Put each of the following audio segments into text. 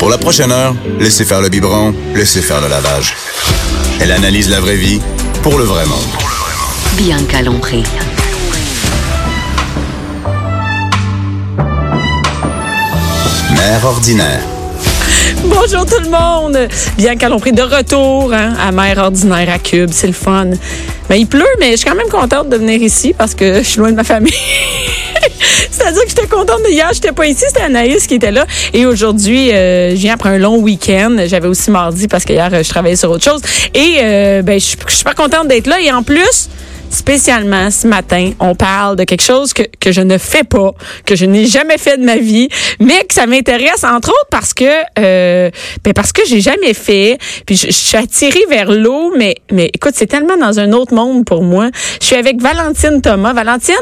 Pour la prochaine heure, laissez faire le biberon, laissez faire le lavage. Elle analyse la vraie vie pour le vrai monde. Bianca Lompré. Mère ordinaire. Bonjour tout le monde! Bien Lompré de retour hein, à Mère Ordinaire à Cube, c'est le fun. Mais il pleut, mais je suis quand même contente de venir ici parce que je suis loin de ma famille. C'est-à-dire que j'étais contente de hier, j'étais pas ici, c'était Anaïs qui était là. Et aujourd'hui, euh, je viens après un long week-end. J'avais aussi mardi parce que hier, euh, je travaillais sur autre chose. Et euh, ben, je suis je suis super contente d'être là. Et en plus, spécialement ce matin, on parle de quelque chose que, que je ne fais pas, que je n'ai jamais fait de ma vie, mais que ça m'intéresse entre autres parce que euh, ben parce que j'ai jamais fait, puis je, je suis attirée vers l'eau, mais mais écoute, c'est tellement dans un autre monde pour moi. Je suis avec Valentine Thomas. Valentine,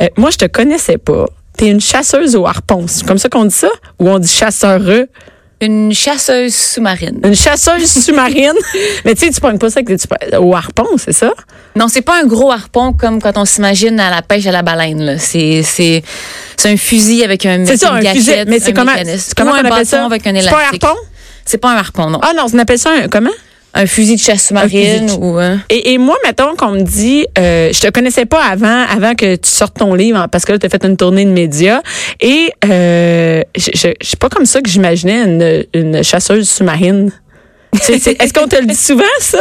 euh, moi je te connaissais pas. T'es une chasseuse au harpon, c'est comme ça qu'on dit ça ou on dit chasseureux? Une chasseuse sous-marine. Une chasseuse sous-marine. Mais tu sais, tu prends pas ça avec des- tu- au harpon, c'est ça? Non, c'est pas un gros harpon comme quand on s'imagine à la pêche à la baleine. là. C'est c'est c'est un fusil avec un C'est ça, une un fusil. gâchette, Mais c'est un comment, mécanisme. c'est comment Ou on un appelle bâton ça? avec un C'est pas élastique. un harpon? C'est pas un harpon, non. Ah non, on appelle ça un, comment? Un fusil de chasse Un sous-marine fusil de- ou euh, un. Et, et moi, mettons qu'on me dit, euh, je te connaissais pas avant, avant que tu sortes ton livre, hein, parce que là, tu as fait une tournée de médias. Et euh, je je- je suis pas comme ça que j'imaginais une, une chasseuse sous-marine. C'est- c'est- Est-ce qu'on te le dit souvent, ça?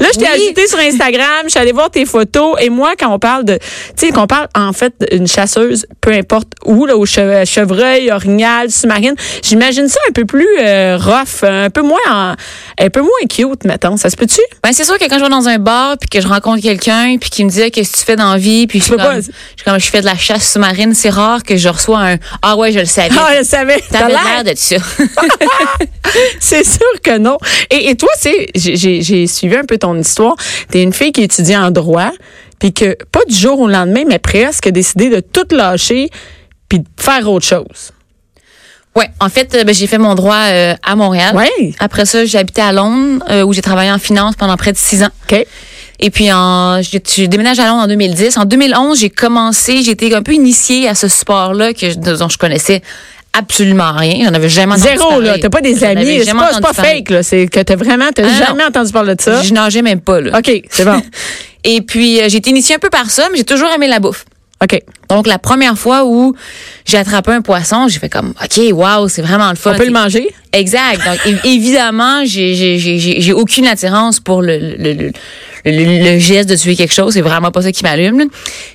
Là, je t'ai Oui. ajouté sur Instagram, je suis allée voir tes photos. Et moi, quand on parle de. Tu sais, qu'on parle, en fait, d'une chasseuse, peu importe où, là, au che- chevreuil, orignal, sous-marine, j'imagine ça un peu plus euh, rough, un peu moins. en- un peu moins cute, mettons. Ça se peut-tu? Ben c'est sûr que quand je vais dans un bar puis que je rencontre quelqu'un puis qu'il me dit Ah, qu'est-ce que tu fais dans la vie puis je suis peux pas- comme, je suis comme, je fais de la chasse sous-marine, c'est rare que je reçois un ah ouais je le savais. Ah, je savais. T'as T'avais l'air. l'air d'être sûr. C'est sûr que non. Et, et toi, tu sais, j'ai- j'ai j'ai suivi un peu ton histoire. T'es une fille qui étudie en droit, puis que pas du jour au lendemain, mais presque, a décidé de tout lâcher puis de faire autre chose. Ouais, en fait, euh, ben, j'ai fait mon droit euh, à Montréal. Ouais. Après ça, j'ai habité à Londres euh, où j'ai travaillé en finance pendant près de six ans. OK? Et puis, en, j'ai j'ai déménagé à Londres en 2010. En 2011, j'ai commencé, j'ai été un peu initiée à ce sport-là que, je- dont je connaissais absolument rien. J'en avais jamais entendu Zéro, parler. là. T'as pas des J'en avais amis. C'est jamais pas, c'est pas entendu parler. fake, là. C'est que t'as vraiment, t'as Ah, non. jamais entendu parler de ça. Je nageais même pas, là. OK, c'est bon. Et puis, euh, j'ai été initiée un peu par ça, mais j'ai toujours aimé la bouffe. OK. Donc, la première fois où j'ai attrapé un poisson, j'ai fait comme, OK, wow, c'est vraiment le fun. On peut le C'est- manger? Exact. Donc, é- évidemment, j'ai- j'ai- j'ai j'ai- j'ai aucune attirance pour le, le, le, le- le geste de tuer quelque chose. C'est vraiment pas ça qui m'allume. là.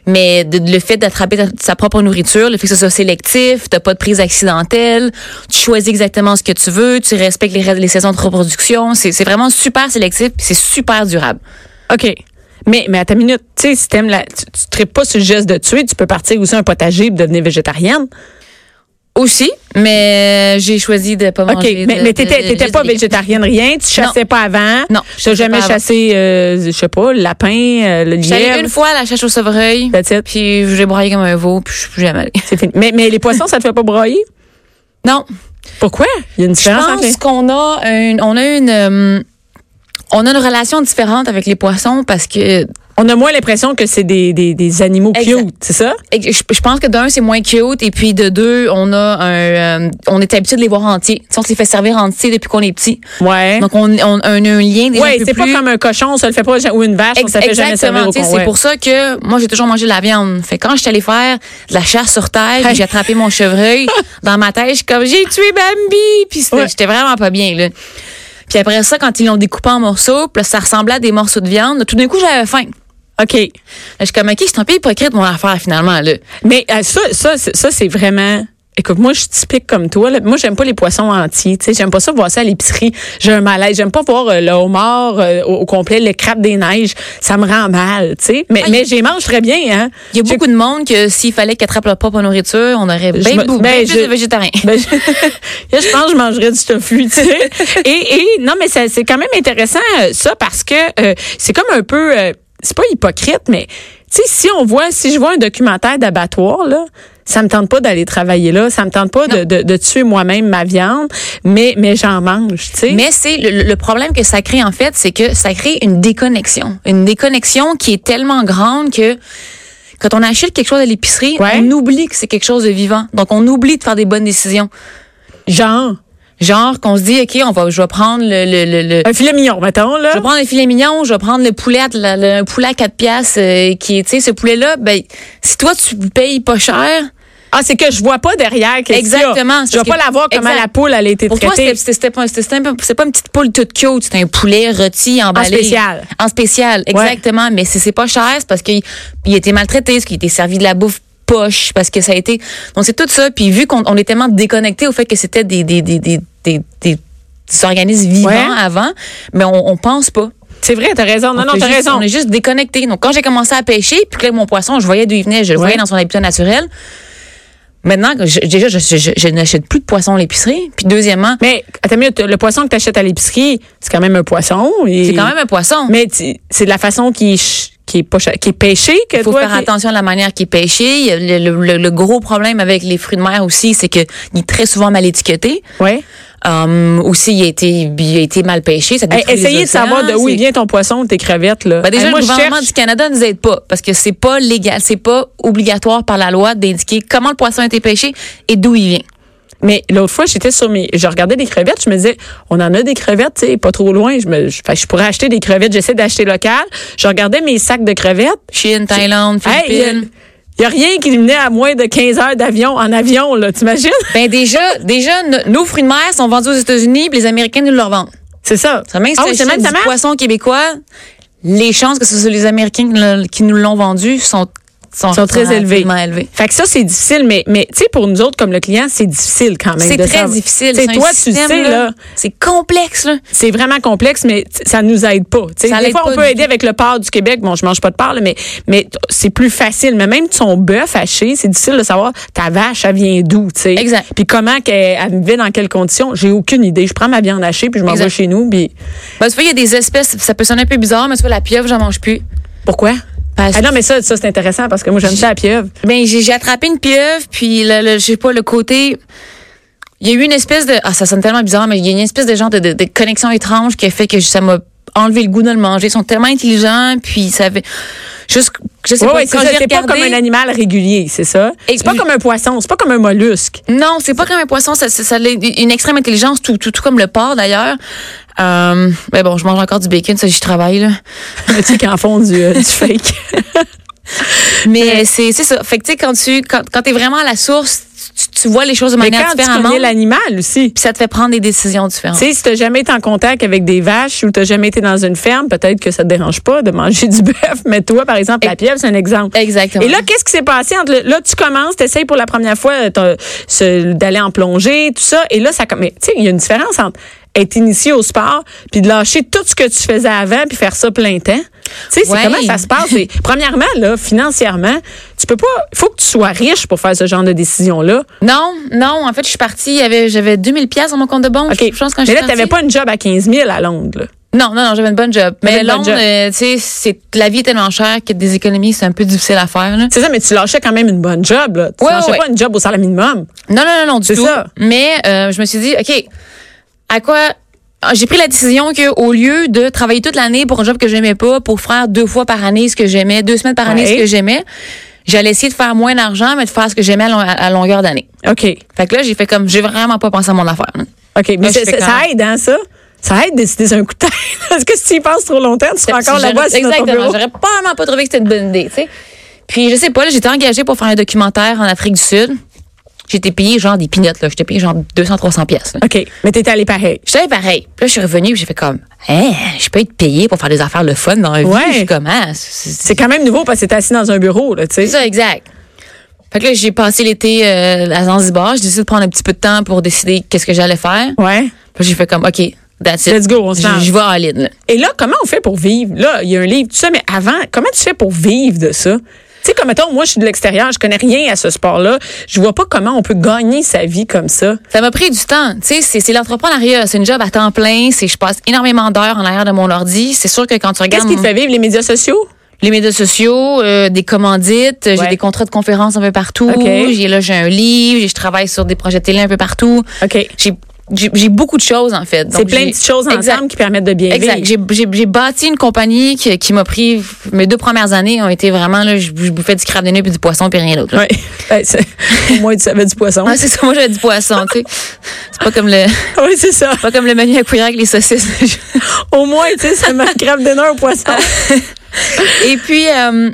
Mais de- de- le fait d'attraper ta- sa propre nourriture, le fait que ce soit sélectif, t'as pas de prise accidentelle, tu choisis exactement ce que tu veux, tu respectes les, ra- les saisons de reproduction. C'est c'est vraiment super sélectif puis c'est super durable. OK. Mais, mais à ta minute, tu sais, si t'aimes la, tu, tu tripes pas sur le geste de tuer, tu peux partir aussi un potager et devenir végétarienne. Aussi, mais j'ai choisi de pas OK, manger. mais, de- mais de- t'étais, de- t'étais de- pas de- végétarienne, rien. Tu chassais pas avant. Non, T'as je chassais jamais pas avant. chassé, euh, je sais pas, le lapin, euh, le J'allais lièvre. une fois à la chasse au sevreuil, That's it. puis j'ai broyé comme un veau, puis je suis plus jamais allée. C'est fini. Mais, mais les poissons, ça te fait pas broyer? Non, Pourquoi? Il y a une Je différence entre les... pense qu'on a une, on a une, euh, on a une relation différente avec les poissons parce que euh, On a moins l'impression que c'est des, des, des animaux Exact. cute, c'est ça? et que je, je pense que d'un c'est moins cute et puis de deux on a un, euh, on est habitué de les voir entiers. Tu sais, on se les fait servir entiers depuis qu'on est petit. Ouais. Donc on, on a un, un lien. déjà un ouais, peu c'est pas plus- comme un cochon, on se le fait pas, ou une vache, on Ex- se la fait jamais servir Exactement, au tu sais, con. c'est ouais. pour ça que moi j'ai toujours mangé de la viande. Fait que quand je suis allée faire de la chasse sur terre, puis j'ai attrapé mon chevreuil dans ma tête, je suis comme j'ai tué Bambi, puis c'était- Ouais. j'étais vraiment pas bien là. Puis après ça, quand ils l'ont découpé en morceaux, puis là, ça ressemblait à des morceaux de viande. Tout d'un coup, j'avais faim. OK. Là, je suis comme ok, c'est un peu hypocrite mon affaire finalement là. Mais euh, ça, ça, c'est- ça c'est vraiment Écoute, moi, je suis typique comme toi. là. Moi, j'aime pas les poissons entiers. Tu sais, j'aime pas ça voir ça à l'épicerie. J'ai un malaise. J'aime pas voir euh, le homard euh, au, au complet, le crabe des neiges. Ça me rend mal, tu sais. Mais, Ah, mais j'y mange très bien, hein. Il y a J'ai- beaucoup de monde que s'il fallait qu'ils attrapent leur propre nourriture, on aurait Je bien, me- beaucoup- ben, bien plus je- de végétariens. Ben, je, là, je pense que je mangerais du tofu, tu sais. Et, et non, mais ça- c'est quand même intéressant, euh, ça, parce que euh, c'est comme un peu, euh, c'est pas hypocrite, mais tu sais, si on voit, si je vois un documentaire d'abattoir, là, ça me tente pas d'aller travailler là, ça me tente pas de, de, de tuer moi-même ma viande, mais, mais j'en mange, tu sais. Mais c'est le, le problème que ça crée en fait, c'est que ça crée une déconnexion, une déconnexion qui est tellement grande que quand on achète quelque chose à l'épicerie, Ouais. on oublie que c'est quelque chose de vivant. Donc on oublie de faire des bonnes décisions. genre, Genre qu'on se dit ok, on va, je vais prendre le, le, le, le- un filet mignon, mettons, là. je vais prendre le filet mignon, je vais prendre le poulet, à- la- le, un poulet à 4 piastres euh, qui est, tu sais, ce poulet-là, ben, si toi tu payes pas cher, Ah, c'est que je vois pas derrière qu'est-ce qu'il y a. Exactement, Je c'est vais pas parce que- la voir comment Exact. la poule, elle a été Pour toi, traitée. c'était- c'était c'était pas, c'était- c'était pas- c'est pas une petite poule toute cute, c'est un poulet rôti emballé. En spécial. En spécial, exactement. Mais si c'est pas cher, c'est parce qu'il il a été maltraité, parce qu'il a été servi de la bouffe poche, parce que ça a été. Donc c'est tout ça. Puis vu qu'on on est tellement déconnecté au fait que c'était des des des des des, des- des organismes vivants Ouais. avant, mais on, on pense pas. C'est vrai, t'as raison. Non, On non, fait t'as juste- raison. On est juste déconnecté. Donc quand j'ai commencé à pêcher, puis que là, mon poisson, je voyais d'où il venait, je le voyais Ouais. dans son habitat naturel. Maintenant, je- déjà, je, je- je- je n'achète plus de poisson à l'épicerie. Puis deuxièmement, Mais attends, une minute, le poisson que tu achètes à l'épicerie, c'est quand même un poisson. et- C'est quand même un poisson. Mais tu- c'est de la façon qui est ch- qui est pas ch- qui est pêché que il faut toi, faire qui- attention à la manière qu'il est pêché. Il y a Le, le- le- le gros problème avec les fruits de mer aussi, c'est qu'il est très souvent mal étiqueté. Ouais. Euh, aussi, il a, été, il a été mal pêché. Ça Hey, détruit Eh, les essayez de océans, savoir de où c'est- il vient ton poisson ou tes crevettes là. Ben, déjà, Hey, moi le je gouvernement cherche du Canada ne nous aide pas parce que c'est pas légal, c'est pas obligatoire par la loi d'indiquer comment le poisson a été pêché et d'où il vient. mais l'autre fois j'étais sur mes je regardais des crevettes, je me disais on en a des crevettes, tu sais, pas trop loin, je me je, fait que je pourrais acheter des crevettes, j'essaie d'acheter local. Je regardais mes sacs de crevettes. Chine, Thaïlande, Hey, il y a- Philippines. il y a rien qui venait à moins de 15 heures d'avion en avion là, t'imagines Ben déjà, déjà, no- nos fruits de mer sont vendus aux États-Unis, puis les Américains nous leur vendent. C'est ça. Ça même si Ah tu oui, c'est achètes même ça du marche? poisson québécois, les chances que ce soit les Américains qui le- qui nous l'ont vendu sont sont, sont très élevés. relativement élevées. Fait que ça, c'est difficile, mais, mais tu sais, pour nous autres, comme le client, c'est difficile quand même. C'est de très savoir. difficile. Tu sais, C'est un toi, tu système, sais, là, C'est complexe, là. c'est vraiment complexe, mais t- ça nous aide pas. Tu sais, Ça des l'aide fois, pas on peut du aider avec le porc du Québec. Bon, je mange pas de porc, là, mais, mais t- c'est plus facile. Mais même son bœuf haché, c'est difficile de savoir ta vache, elle vient d'où, tu sais. Exact. Puis comment qu'elle elle vit dans quelles conditions, j'ai aucune idée. Je prends ma viande hachée, puis je m'en Exact. vais chez nous, puis Ben, tu vois, il y a des espèces, ça peut sonner un peu bizarre, mais tu vois, la pieuvre, j'en mange plus. pourquoi? Parce Ah non, mais ça, ça c'est intéressant parce que moi, j'aime ça la pieuvre. Ben, j'ai j'ai attrapé une pieuvre, puis le, le- je sais pas, le côté. Il y a eu une espèce de. Ah, ça sonne tellement bizarre, mais il y a une espèce de genre de, de- de connexion étrange qui a fait que ça m'a enlevé le goût de le manger. Ils sont tellement intelligents, puis ça avait. Juste, je sais Ouais, pas, ouais, c'est quand ça. j'ai C'est pas regardé- comme un animal régulier, c'est ça? Et- C'est pas comme un poisson, c'est pas comme un mollusque. Non, c'est pas comme un poisson. Ça, ça, ça a une extrême intelligence, tout, tout, tout comme le porc d'ailleurs. Euh, ben bon, je mange encore du bacon, ça j'y travaille là. tu sais, qui en font du, euh, du fake. Mais euh, c'est c'est ça. Fait que tu sais quand tu quand, quand t'es vraiment à la source, tu, tu vois les choses de Mais manière quand tu différente. connais Puis l'animal aussi. ça te fait prendre des décisions différentes. Tu sais, si t'as jamais été en contact avec des vaches ou t'as jamais été dans une ferme, peut-être que ça te dérange pas de manger du bœuf. Mais toi, par exemple, la pieuvre, c'est un exemple. Exactement. Et là, qu'est-ce qui s'est passé entre le- là, tu commences, t'essayes pour la première fois euh, t'as- ce- d'aller en plongée, tout ça, et là, ça comme, mais, tu sais, il y a une différence entre être initié au sport puis de lâcher tout ce que tu faisais avant puis faire ça plein temps. Tu sais, c'est Ouais. comment ça se passe. Et premièrement, là, financièrement, tu peux pas, il faut que tu sois riche pour faire ce genre de décision là. Non, non, en fait, je suis partie, il y avait- j'avais 2000 pièces dans mon compte de banque. Ok. Je pense quand mais j'étais là, t'avais partie. pas une job à 15 000 à Londres. là. Non, non, non, j'avais une bonne job. T'avais Mais une bonne Londres, job. euh, tu sais, c'est la vie est tellement chère que des économies, c'est un peu difficile à faire là. C'est ça, mais tu lâchais quand même une bonne job. Là. Tu Ouais, lâchais ouais, pas une job au salaire minimum. Non, non, non, non, du C'est tout. ça. Mais euh, je me suis dit, OK, à quoi. ah, J'ai pris la décision que au lieu de travailler toute l'année pour un job que j'aimais pas, pour faire deux fois par année ce que j'aimais, deux semaines par année Ouais. ce que j'aimais, j'allais essayer de faire moins d'argent, mais de faire ce que j'aimais à, long- à longueur d'année. OK. Fait que là, j'ai fait comme, j'ai vraiment pas pensé à mon affaire. là. OK. Mais je c'est- fais c'est- quand ça même. aide, hein, ça? Ça aide de décider sur un coup de tête. Parce que si tu y passes trop longtemps, tu seras encore J'aurais- là-bas sur notre Exactement. bureau. J'aurais probablement pas trouvé que c'était une bonne idée, tu sais. Puis je sais pas, là, j'étais engagée pour faire un documentaire en Afrique du Sud. J'étais payée genre des pinottes, là. J'étais payée genre 200, 300 pièces. là. OK. Mais t'étais allé pareil. J'étais pareil. Puis là, je suis revenue puis j'ai fait comme, hein, je peux être payée pour faire des affaires le fun dans la vie. Ouais. Je suis comme, ah, c'est C'est quand même nouveau parce que t'es assis dans un bureau, là, tu c'est sais. ça, exact. Fait que là, j'ai passé l'été euh, à Zanzibar. J'ai décidé de prendre un petit peu de temps pour décider qu'est-ce que j'allais faire. Ouais. Puis j'ai fait comme, OK, that's it. Let's go, on se Je lance. je vais en ligne. Et là, comment on fait pour vivre? Là, il y a un livre, tout ça, mais avant, comment tu fais pour vivre de ça? Tu sais, comme mettons, moi, je suis de l'extérieur, je connais rien à ce sport-là. Je vois pas comment on peut gagner sa vie comme ça. Ça m'a pris du temps. Tu sais, c'est, c'est l'entrepreneuriat. C'est une job à temps plein. C'est, je passe énormément d'heures en arrière de mon ordi. C'est sûr que quand tu Qu'est-ce regardes qui te mon- fait vivre? Les médias sociaux? les médias sociaux, euh, des commandites, Ouais. j'ai des contrats de conférences un peu partout. Ok. J'ai, là, j'ai un livre. j'ai- Je travaille sur des projets de télé un peu partout. OK. J'ai, j'ai, j'ai beaucoup de choses, en fait. C'est Donc, plein j'ai- de petites choses ensemble Exact. qui permettent de bien Exact. vivre. J'ai, j'ai, j'ai bâti une compagnie qui, qui m'a pris. Mes deux premières années ont été vraiment là. Je, je bouffais du crabe de nez puis du poisson puis rien d'autre. là. Ouais. Ben, c'est- Au moins, tu savais du poisson. Ouais, c'est ça. Moi, j'avais du poisson. tu sais. C'est pas comme le, oui, c'est ça. pas comme le menu à cuillère avec les saucisses. Au moins, tu sais, ça m'a grave donné un poisson. Ah, Et puis. euh,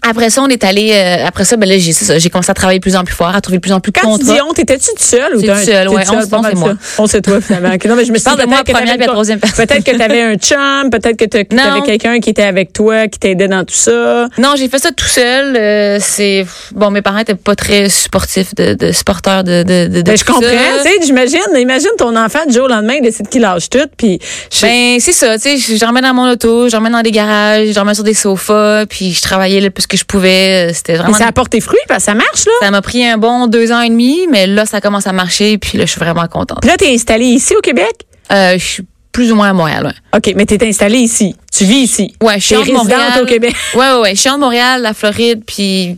après ça, on est allé. euh, après ça, ben là, j'ai, c'est ça, j'ai commencé à travailler de plus en plus fort, à trouver de plus en plus de Quand tu contrats. dis on, t'étais-tu toute seule ou C'est t'as un- toute seule, t'es ouais. On se pas pense, mal c'est moi. seule. On sait toi, finalement. OK, non, mais je me suis parle dit de moi peut-être en que première, t'avais puis à une- troisième personne. Peut-être que t'avais un chum, peut-être que t'as- que Non. t'avais quelqu'un qui était avec toi, qui t'aidait dans tout ça. Non, j'ai fait ça tout seul. euh, c'est bon, mes parents étaient pas très supportifs de, de supporters de de de. de Ben, je tout ça. comprends, tu sais, j'imagine, imagine ton enfant du jour au lendemain il décide qu'il lâche tout, puis je- Ben, c'est ça, tu sais, je- je remets dans mon auto, je remets dans des garages, je remets sur des sofas, puis je travaillais le plus que je pouvais. euh, C'était mais vraiment. ça apporte tes fruits, parce que ça marche là. Ça m'a pris un bon deux ans et demi, mais là, ça commence à marcher, puis là, je suis vraiment contente. Puis là, t'es installé ici au Québec. Euh, je suis plus ou moins à Montréal, ouais. Ok, mais t'es installé ici, tu vis ici. Ouais, je suis T'es entre résidente Montréal. au Québec. Ouais, ouais, ouais. Je suis entre Montréal, la Floride, puis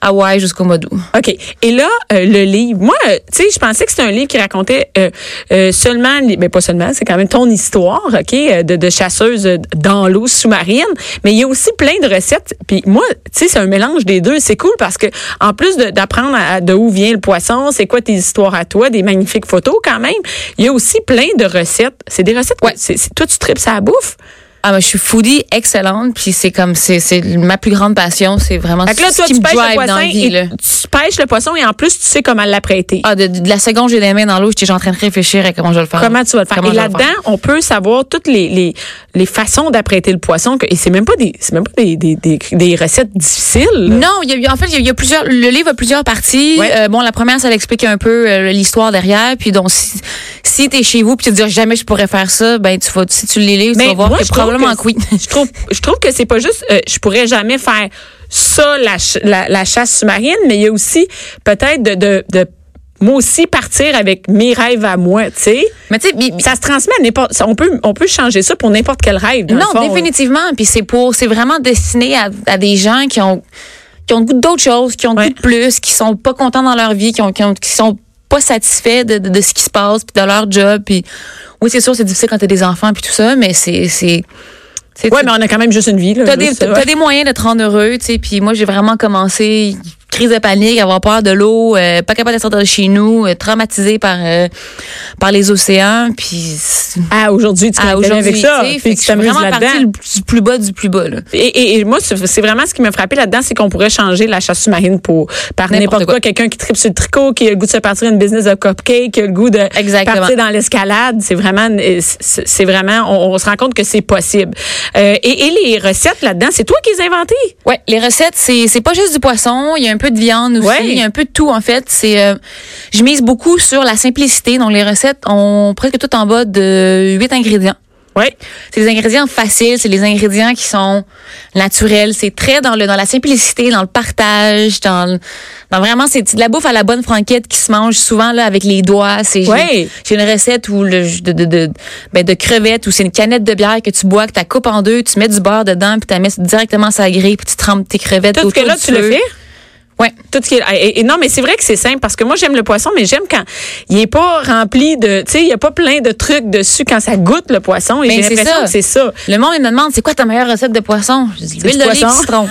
Hawaï jusqu'au mois d'août. OK. Et là, euh, le livre, moi, euh, tu sais, je pensais que c'était un livre qui racontait euh, euh, seulement, les- ben pas seulement, c'est quand même ton histoire, OK, euh, de, de chasseuse euh, dans l'eau sous-marine, mais il y a aussi plein de recettes. Puis moi, tu sais, c'est un mélange des deux. C'est cool parce que en plus de- d'apprendre à- à- de où vient le poisson, c'est quoi tes histoires à toi, des magnifiques photos quand même, il y a aussi plein de recettes. C'est des recettes, ouais. toi, tu tripes ça à bouffe. Ah, mais je suis foodie excellente, puis c'est comme, c'est c'est ma plus grande passion, c'est vraiment Fait que là, ce toi, qui tu me pêches drive le dans poisson la vie, et là. tu pêches le poisson et en plus, tu sais comment l'apprêter. Ah, de, de- de la seconde, j'ai les mains dans l'eau, j'étais en train de réfléchir à comment je vais le faire. Comment tu vas le faire? Comment et je vais le là-dedans, on peut savoir toutes les, les, les façons d'apprêter le poisson. que- et c'est même pas des, c'est même pas des, des, des, des recettes difficiles. là. Non, il y a, eu- en fait, il y a- il y, a plusieurs. Le livre a plusieurs parties. Ouais. Euh, bon, la première, ça l'explique un peu euh, l'histoire derrière. Puis donc, si, si t'es chez vous, puis tu te dis jamais je pourrais faire ça, ben tu vas, si tu les lis, tu vas voir moi, que je trouve probablement que que oui. c'est- Je trouve, je trouve que c'est pas juste, euh, je pourrais jamais faire ça, la, ch- la, la chasse sous-marine, mais il y a aussi peut-être de, de, de, moi aussi partir avec mes rêves à moi, tu sais. Mais tu sais, bi- bi- Ça se transmet à n'importe, ça- on peut, on peut changer ça pour n'importe quel rêve. dans le non, fond. définitivement. Puis c'est pour, c'est vraiment destiné à, à des gens qui ont qui ont le goût d'autres choses, qui ont le Ouais. goût de plus, qui sont pas contents dans leur vie, qui ont qui, ont- qui sont pas satisfaits de, de, de ce qui se passe, puis de leur job. Puis oui, c'est sûr, c'est difficile quand t'as des enfants puis tout ça, mais c'est c'est c'est- Ouais, mais on a quand même juste une vie, là. T'as juste des, ça, t'as ouais. des moyens de te rendre heureux, tu sais. Puis moi, j'ai vraiment commencé crise de panique, avoir peur de l'eau, euh, pas capable de sortir de chez nous, euh, traumatisée par euh, par les océans. Puis c'est- Ah, aujourd'hui, tu à t'es avec aujourd'hui, ça. tu sais, fait Puis tu que je suis t'amuses vraiment partie là-dedans. le- du plus bas du plus bas. Là. Et, et- et moi, c'est c'est vraiment ce qui m'a frappé là-dedans, c'est qu'on pourrait changer la chasse sous-marine pour par N'importe n'importe quoi. quoi. Quelqu'un qui tripe sur le tricot, qui a le goût de se partir une business de cupcake, qui a le goût de Exactement. partir dans l'escalade. C'est vraiment, euh, c'est c'est vraiment, on, on se rend compte que c'est possible. Euh, et, et les recettes là-dedans, c'est toi qui les as inventées. Ouais, les recettes, c'est c'est pas juste du poisson, il y a un peu de viande aussi, Ouais. il y a un peu de tout en fait. C'est euh, je mise beaucoup sur la simplicité, donc les recettes ont presque tout en bas de huit ingrédients. Ouais. C'est des ingrédients faciles, c'est les ingrédients qui sont naturels, c'est très dans le dans la simplicité, dans le partage, dans le- dans vraiment c'est de la bouffe à la bonne franquette qui se mange souvent là avec les doigts, c'est j'ai- Ouais. j'ai une recette où le jus de de, de ben, de crevettes ou c'est une canette de bière que tu bois que tu coupes en deux, tu mets du beurre dedans puis tu mets directement ça grille puis tu trempes tes crevettes Tout ce autour que là, du tu le feu. fais. Ouais. Tout ce qui est, et, et non, mais c'est vrai que c'est simple parce que moi, j'aime le poisson, mais j'aime quand il est pas rempli de, tu sais, il y a pas plein de trucs dessus quand ça goûte le poisson. Et Ben, j'ai c'est l'impression ça. que c'est ça. Le monde il me demande c'est quoi ta meilleure recette de poisson Je dis C'est du l'huile d'olive poisson. citron.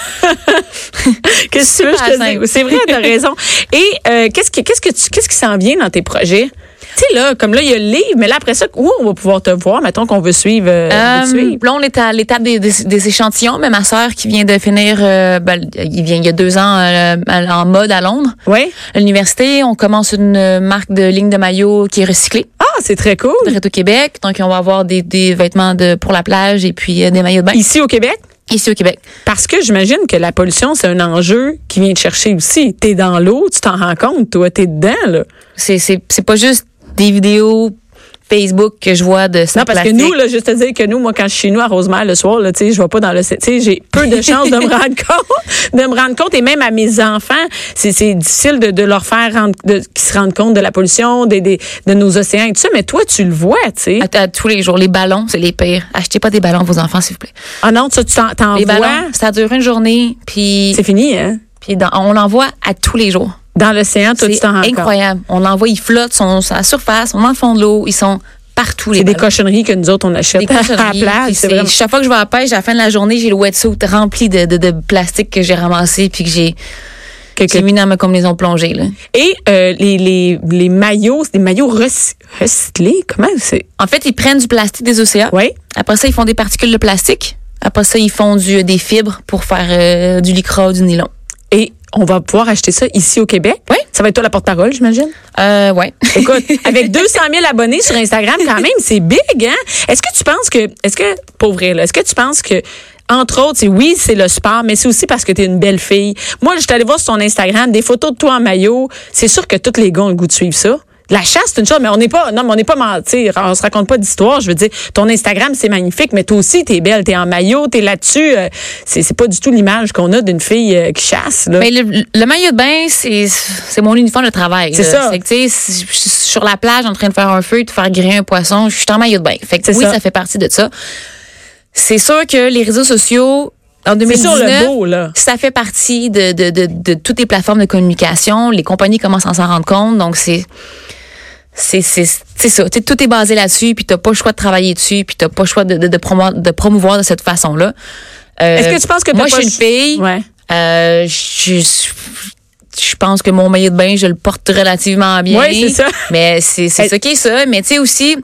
Qu'est-ce que tu veux, je te Super dis? C'est vrai, t'as raison. Et euh, qu'est-ce qui, qu'est-ce que tu, qu'est-ce qui s'en vient dans tes projets? Tu sais, là, comme là, il y a le livre, mais là, après ça, où on va pouvoir te voir? Mettons qu'on veut suivre. euh, on veut te Euh, suivre. là, on est à l'étape des, des- des échantillons, mais ma sœur qui vient de finir, euh, ben, il vient il y a deux ans euh, à- en mode à Londres, Oui. à l'université, on commence une euh, marque de ligne de maillot qui est recyclée, Ah, c'est très cool. direct au Québec. Donc, on va avoir des, des vêtements de pour la plage et puis euh, des maillots de bain. Ici, au Québec? ici au Québec. Parce que j'imagine que la pollution, c'est un enjeu qui vient te chercher aussi. T'es dans l'eau, tu t'en rends compte, toi, t'es dedans, là. C'est, c'est, c'est pas juste des vidéos Facebook que je vois de Non, sans parce que plastique. nous, là, juste te dire que nous, moi, quand je suis chez nous à Rosemère le soir, là, tu sais, je vais pas dans le, tu sais, j'ai peu de chances de me rendre compte, de me rendre compte, et même à mes enfants, c'est, c'est difficile de, de leur faire rendre, de, qu'ils se rendent compte de la pollution, des, des- de nos océans et tout ça, mais toi, tu le vois, tu sais. à, à tous les jours, les ballons, c'est les pires. Achetez pas des ballons à vos enfants, s'il vous plaît. Ah non, ça, tu t'en, t'en Les vois, ballons, ça dure une journée, puis, c'est fini, hein? puis dans- on l'envoie à tous les jours. Dans l'océan, toi, tu C'est t'en rends compte. incroyable. On l'envoie, ils flottent, sont sont à la surface, on est dans le fond de l'eau, ils sont partout. les C'est des ballons. cochonneries que nous autres, on achète Des cochonneries, à la plage. puis C'est c'est- vraiment- Chaque fois que je vais à la pêche, à la fin de la journée, j'ai le wetsuit rempli de, de, de plastique que j'ai ramassé puis que j'ai que- que j'ai mis dans ma combinaison plongée. Là. Et euh, les, les, les maillots, c'est des maillots rec- recyclés. Comment c'est? En fait, ils prennent du plastique des océans. Oui. Après ça, ils font des particules de plastique. Après ça, ils font du, euh, des fibres pour faire euh, du lycra ou du nylon. Et on va pouvoir acheter ça ici au Québec. Oui. Ça va être toi la porte-parole, j'imagine. Euh, ouais. Écoute, avec 200 000 abonnés sur Instagram, quand même, c'est big, hein? Est-ce que tu penses que, est-ce que, pour vrai, là, est-ce que tu penses que, entre autres, c'est oui, c'est le sport, mais c'est aussi parce que tu es une belle fille. Moi, je suis allée voir sur ton Instagram des photos de toi en maillot. C'est sûr que tous les gars ont le goût de suivre ça. La chasse, c'est une chose, mais on n'est pas, non, mais on n'est pas mentir. On se raconte pas d'histoire. Je veux dire, ton Instagram, c'est magnifique, mais toi aussi, t'es belle, t'es en maillot, t'es là-dessus. euh, c'est, c'est pas du tout l'image qu'on a d'une fille euh, qui chasse, là. Mais Ben, le, le maillot de bain, c'est c'est mon uniforme de travail. C'est là. ça. Fait que, tu sais, si je suis sur la plage en train de faire un feu, de faire griller un poisson, je suis en maillot de bain. Fait que C'est oui, ça. ça. fait partie de ça. C'est sûr que les réseaux sociaux, en c'est sûr 2019, le beau, là. ça fait partie de, de, de, de toutes les plateformes de communication. Les compagnies commencent à s'en rendre compte. Donc, c'est. C'est c'est- c'est ça. Tu sais, tout est basé là-dessus, puis t'as pas le choix de travailler dessus, puis t'as pas le choix de, de, de, promouvoir, de promouvoir de cette façon-là. Euh, Est-ce que tu penses que t'as Moi, pas je suis une fille. Ouais. Euh, je, je- je pense que mon maillot de bain, je le porte relativement bien. Ouais, c'est ça. Mais c'est c'est Elle- ça qui est ça. Mais tu sais aussi. ça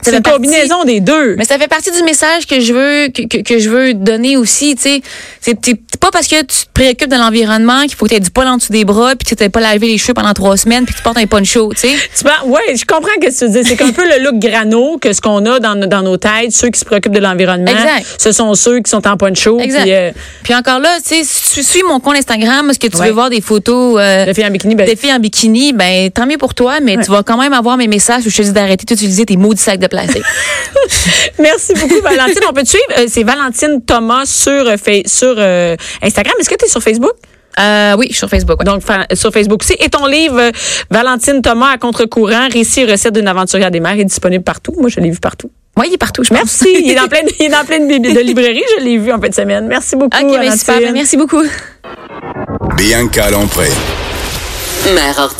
C'est fait une partie- combinaison des deux. Mais ça fait partie du message que je veux que, que- que je veux donner aussi, tu sais. C'est c'est pas parce que tu te préoccupes de l'environnement qu'il faut que tu aies du poil en dessous des bras, puis que tu t'es pas lavé les cheveux pendant trois semaines, puis que tu portes un poncho, tu sais. Tu vois, ouais, je comprends ce que tu dis. C'est un peu le look grano que ce qu'on a dans, nos- dans nos têtes, ceux qui se préoccupent de l'environnement. Exact. Ce sont ceux qui sont en poncho. Exact. Puis, euh, Puis encore là, tu sais, suis, suis mon compte Instagram parce que tu Ouais. veux voir des photos euh, la fille en bikini, ben, des filles en bikini, ben tant mieux pour toi, mais tu vas quand même avoir mes messages où je te dis d'arrêter d'utiliser tes maudits sacs de plastique. merci beaucoup, Valentine. On peut te suivre. Euh, c'est Valentine Thomas sur, euh, Fa- sur euh, Instagram. Est-ce que tu es sur Facebook? euh, oui, je suis sur Facebook. ouais. Donc, fa- sur Facebook aussi. Et ton livre, euh, Valentine Thomas à contre-courant, récit et recette d'une aventurière des mers, est disponible partout. Moi, je l'ai vu partout. Moi, il est partout, je pense. Merci. il, est dans plein, de- il est dans plein de, bibli- de librairies. Je l'ai vu en fin de semaine. Merci beaucoup. OK, ben, super. Valentine. Ben, merci beaucoup. Bianca Lompré. Mère ordinaire.